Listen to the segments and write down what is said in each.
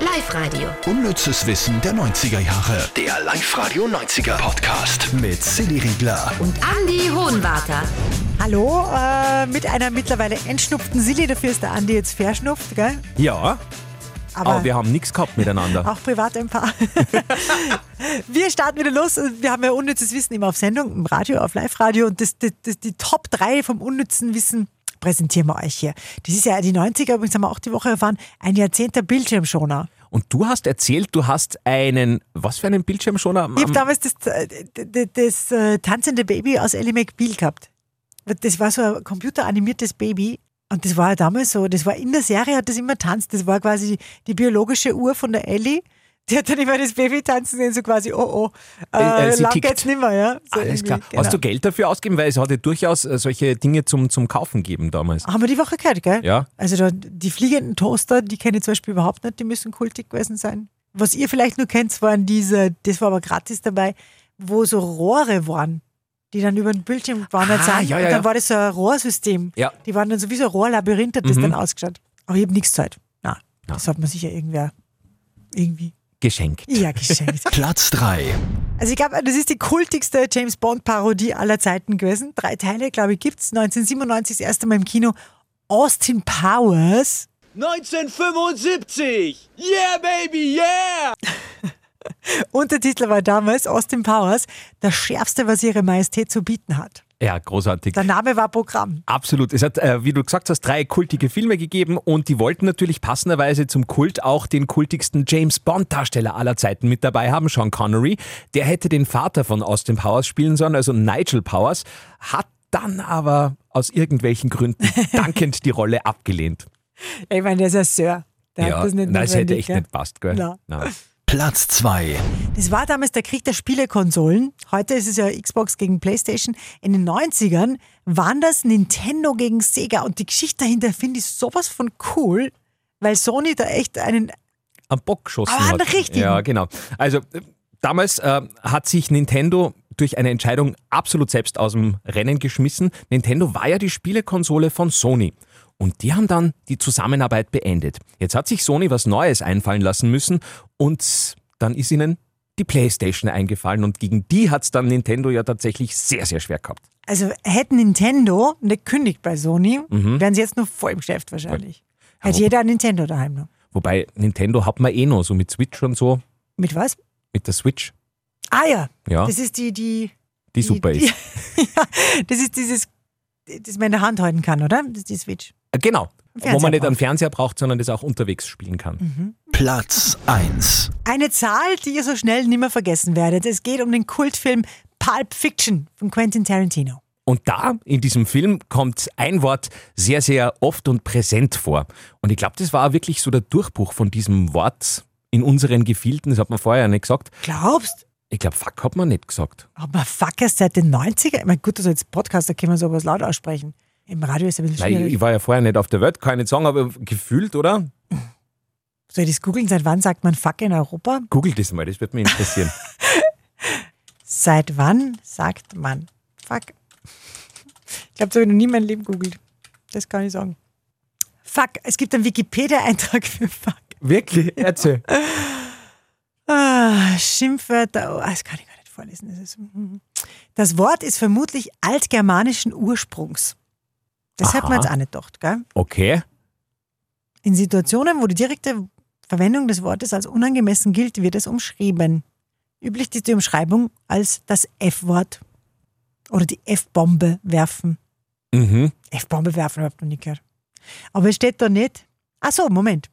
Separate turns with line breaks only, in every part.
Live-Radio.
Unnützes Wissen der 90er Jahre.
Der Live-Radio 90er Podcast.
Mit Silly Riegler.
Und Andy Hohenwarter.
Hallo, äh, mit einer mittlerweile entschnupften Silly, dafür ist der Andi jetzt verschnupft, gell?
Ja,
Aber Ah.
aber wir haben nichts gehabt miteinander.
auch privat ein paar. wir starten wieder los. Wir haben ja unnützes Wissen immer auf Sendung, im Radio, auf Live-Radio. Und das, das, das, die Top 3 vom unnützen Wissen präsentieren wir euch hier. Das ist ja die 90er, übrigens haben wir auch die Woche erfahren, ein Jahrzehnt der Bildschirmschoner.
Und du hast erzählt, du hast einen, was für einen Bildschirm schon am,
Ich habe
am
damals das, das, das äh, tanzende Baby aus Ellie McBeal gehabt. Das war so ein computeranimiertes Baby. Und das war ja damals so, das war in der Serie, hat das immer tanzt. Das war quasi die biologische Uhr von der Ellie. Die hat dann immer das Baby tanzen sehen, so quasi, oh oh,
Äh,
äh,
äh, sie
lang
tickt.
geht's nimmer, ja. So
alles
irgendwie,
Ah, klar.
Genau.
Hast du Geld dafür ausgegeben? Weil es hatte durchaus äh, solche Dinge zum, zum Kaufen gegeben damals.
Haben wir die Woche gehört, gell?
Ja.
Also da, die fliegenden Toaster, die kenne ich zum Beispiel überhaupt nicht, die müssen kultig gewesen sein. Was ihr vielleicht nur kennt, waren diese, das war aber gratis dabei, wo so Rohre waren, die dann über den Bildschirm gewandert
Ah,
sind.
ja,
Und
ja,
dann
ja.
war das so ein Rohrsystem.
Ja.
Die waren dann so wie so ein Rohrlabyrinth, hat das
Mhm.
dann ausgeschaut. Aber ich habe nichts Zeit. Na,
Na.
das hat man sicher irgendwer irgendwie
Geschenkt.
ja geschenkt.
Platz 3.
Also ich glaube, das ist die kultigste James Bond-Parodie aller Zeiten gewesen. Drei Teile, glaube ich, gibt's. 1997 das erste Mal im Kino. Austin Powers.
1975! Yeah, baby, yeah!
Und der Titel war damals Austin Powers, das Schärfste, was ihre Majestät zu bieten hat.
Ja, großartig.
Der Name war Programm.
Absolut. Es hat, äh, wie du gesagt hast, drei kultige Filme gegeben und die wollten natürlich passenderweise zum Kult auch den kultigsten James Bond-Darsteller aller Zeiten mit dabei haben, Sean Connery. Der hätte den Vater von Austin Powers spielen sollen, also Nigel Powers, hat dann aber aus irgendwelchen Gründen dankend die Rolle abgelehnt.
Ich meine, der ist ja Sir. Der hat das nicht
nein, es hätte
notwendig,
echt
gell?
nicht passt, gell?
Na.
Nein.
Platz 2.
Das war damals der Krieg der Spielekonsolen. Heute ist es ja Xbox gegen Playstation. In den 90ern waren das Nintendo gegen Sega. Und die Geschichte dahinter finde ich sowas von cool, weil Sony da echt einen
am Bock geschossen
Aber Ah, an
hat.
den richtigen.
Ja, genau. Also äh, damals äh, hat sich Nintendo durch eine Entscheidung absolut selbst aus dem Rennen geschmissen. Nintendo war ja die Spielekonsole von Sony. Und die haben dann die Zusammenarbeit beendet. Jetzt hat sich Sony was Neues einfallen lassen müssen und dann ist ihnen die PlayStation eingefallen und gegen die hat es dann Nintendo ja tatsächlich sehr, sehr schwer gehabt.
Also hätte Nintendo nicht kündigt bei Sony,
Mhm.
wären sie jetzt nur voll im Geschäft wahrscheinlich. Hätte
wo-
jeder ein Nintendo daheim noch.
Wobei Nintendo hat man eh noch so mit Switch und so,
Mit was?
mit der Switch,
Ah ja,
ja,
das ist die, die,
die super
die,
ist.
ja, das ist dieses, das man in der Hand halten kann, oder? Das ist die Switch.
Äh, Genau. Wo
Fernseher
man nicht einen
braucht.
Fernseher braucht, sondern das auch unterwegs spielen kann.
Platz 1.
Eine Zahl, die ihr so schnell nimmer vergessen werdet. Es geht um den Kultfilm Pulp Fiction von Quentin Tarantino.
Und da, in diesem Film, kommt ein Wort sehr, sehr oft und präsent vor. Und ich glaube, das war wirklich so der Durchbruch von diesem Wort in unseren Gefilden. Das hat man vorher ja nicht gesagt.
Glaubst?
Ich glaube, fuck hat man nicht gesagt.
Hat man fuck erst seit den 90er? Ich meine, gut, also als Podcaster können wir sowas laut aussprechen. Im Radio ist es ein bisschen
Nein,
schwierig.
ich, ich war ja vorher nicht auf der Welt, kann ich nicht sagen, aber gefühlt, oder?
Soll ich das googeln? Seit wann sagt man fuck in Europa?
Google das mal, das wird mich interessieren.
Seit wann sagt man? Fuck. Ich glaube, so habe ich noch nie mein Leben googelt. Das kann ich sagen. Fuck, es gibt einen Wikipedia-Eintrag für Fuck.
wirklich? Erzähl.
Ah, Schimpfwörter, oh, das kann ich gar nicht vorlesen. Das, ist, hm. das Wort ist vermutlich altgermanischen Ursprungs. Das hat man
Aha.
jetzt auch nicht gedacht, gell?
Okay.
In Situationen, wo die direkte Verwendung des Wortes als unangemessen gilt, wird es umschrieben. Üblich ist die Umschreibung als das F-Wort oder die F-Bombe werfen.
Mhm.
F-Bombe werfen habe ich noch nie gehört. Aber es steht da nicht. Ach so, Moment.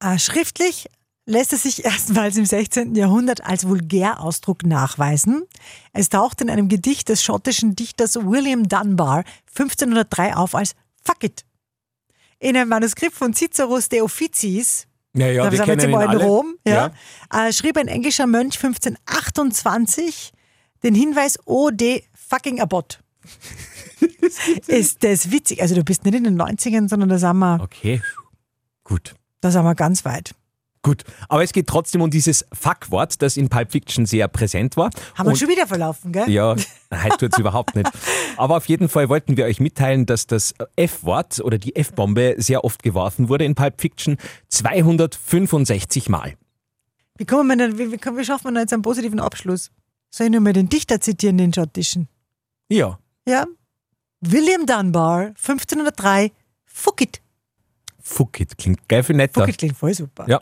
Äh, schriftlich lässt es sich erstmals im 16. Jahrhundert als Vulgärausdruck nachweisen. Es taucht in einem Gedicht des schottischen Dichters William Dunbar 1503 auf als Fuck it. In einem Manuskript von Ciceros De Officiis,
Naja,
da sind
wir
wir
kennen
jetzt
ihn
immer in
alle.
Rom, ja,
Ja.
Äh, schrieb ein englischer Mönch 1528 den Hinweis O de fucking Abbott. Ist das witzig? Also du bist nicht in den 90ern, sondern da sind wir,
Okay. Gut.
da sind wir ganz weit.
Gut, aber es geht trotzdem um dieses Fuck-Wort, das in Pulp Fiction sehr präsent war.
Haben wir
Und-
uns schon wieder verlaufen, gell?
Ja, heißt tut's überhaupt nicht. Aber auf jeden Fall wollten wir euch mitteilen, dass das F-Wort oder die F-Bombe sehr oft geworfen wurde in Pulp Fiction. 265 Mal.
Wie, kommen wir denn, wie, wie, wie schaffen wir denn jetzt einen positiven Abschluss? Soll ich nur mal den Dichter zitieren, den schottischen?
Ja.
Ja. William Dunbar, 1503, Fuck it.
Fuck it, klingt geil viel netter.
Fuck it klingt voll super.
Ja.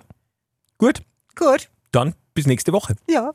Gut,
Gut,
dann bis nächste Woche.
ja.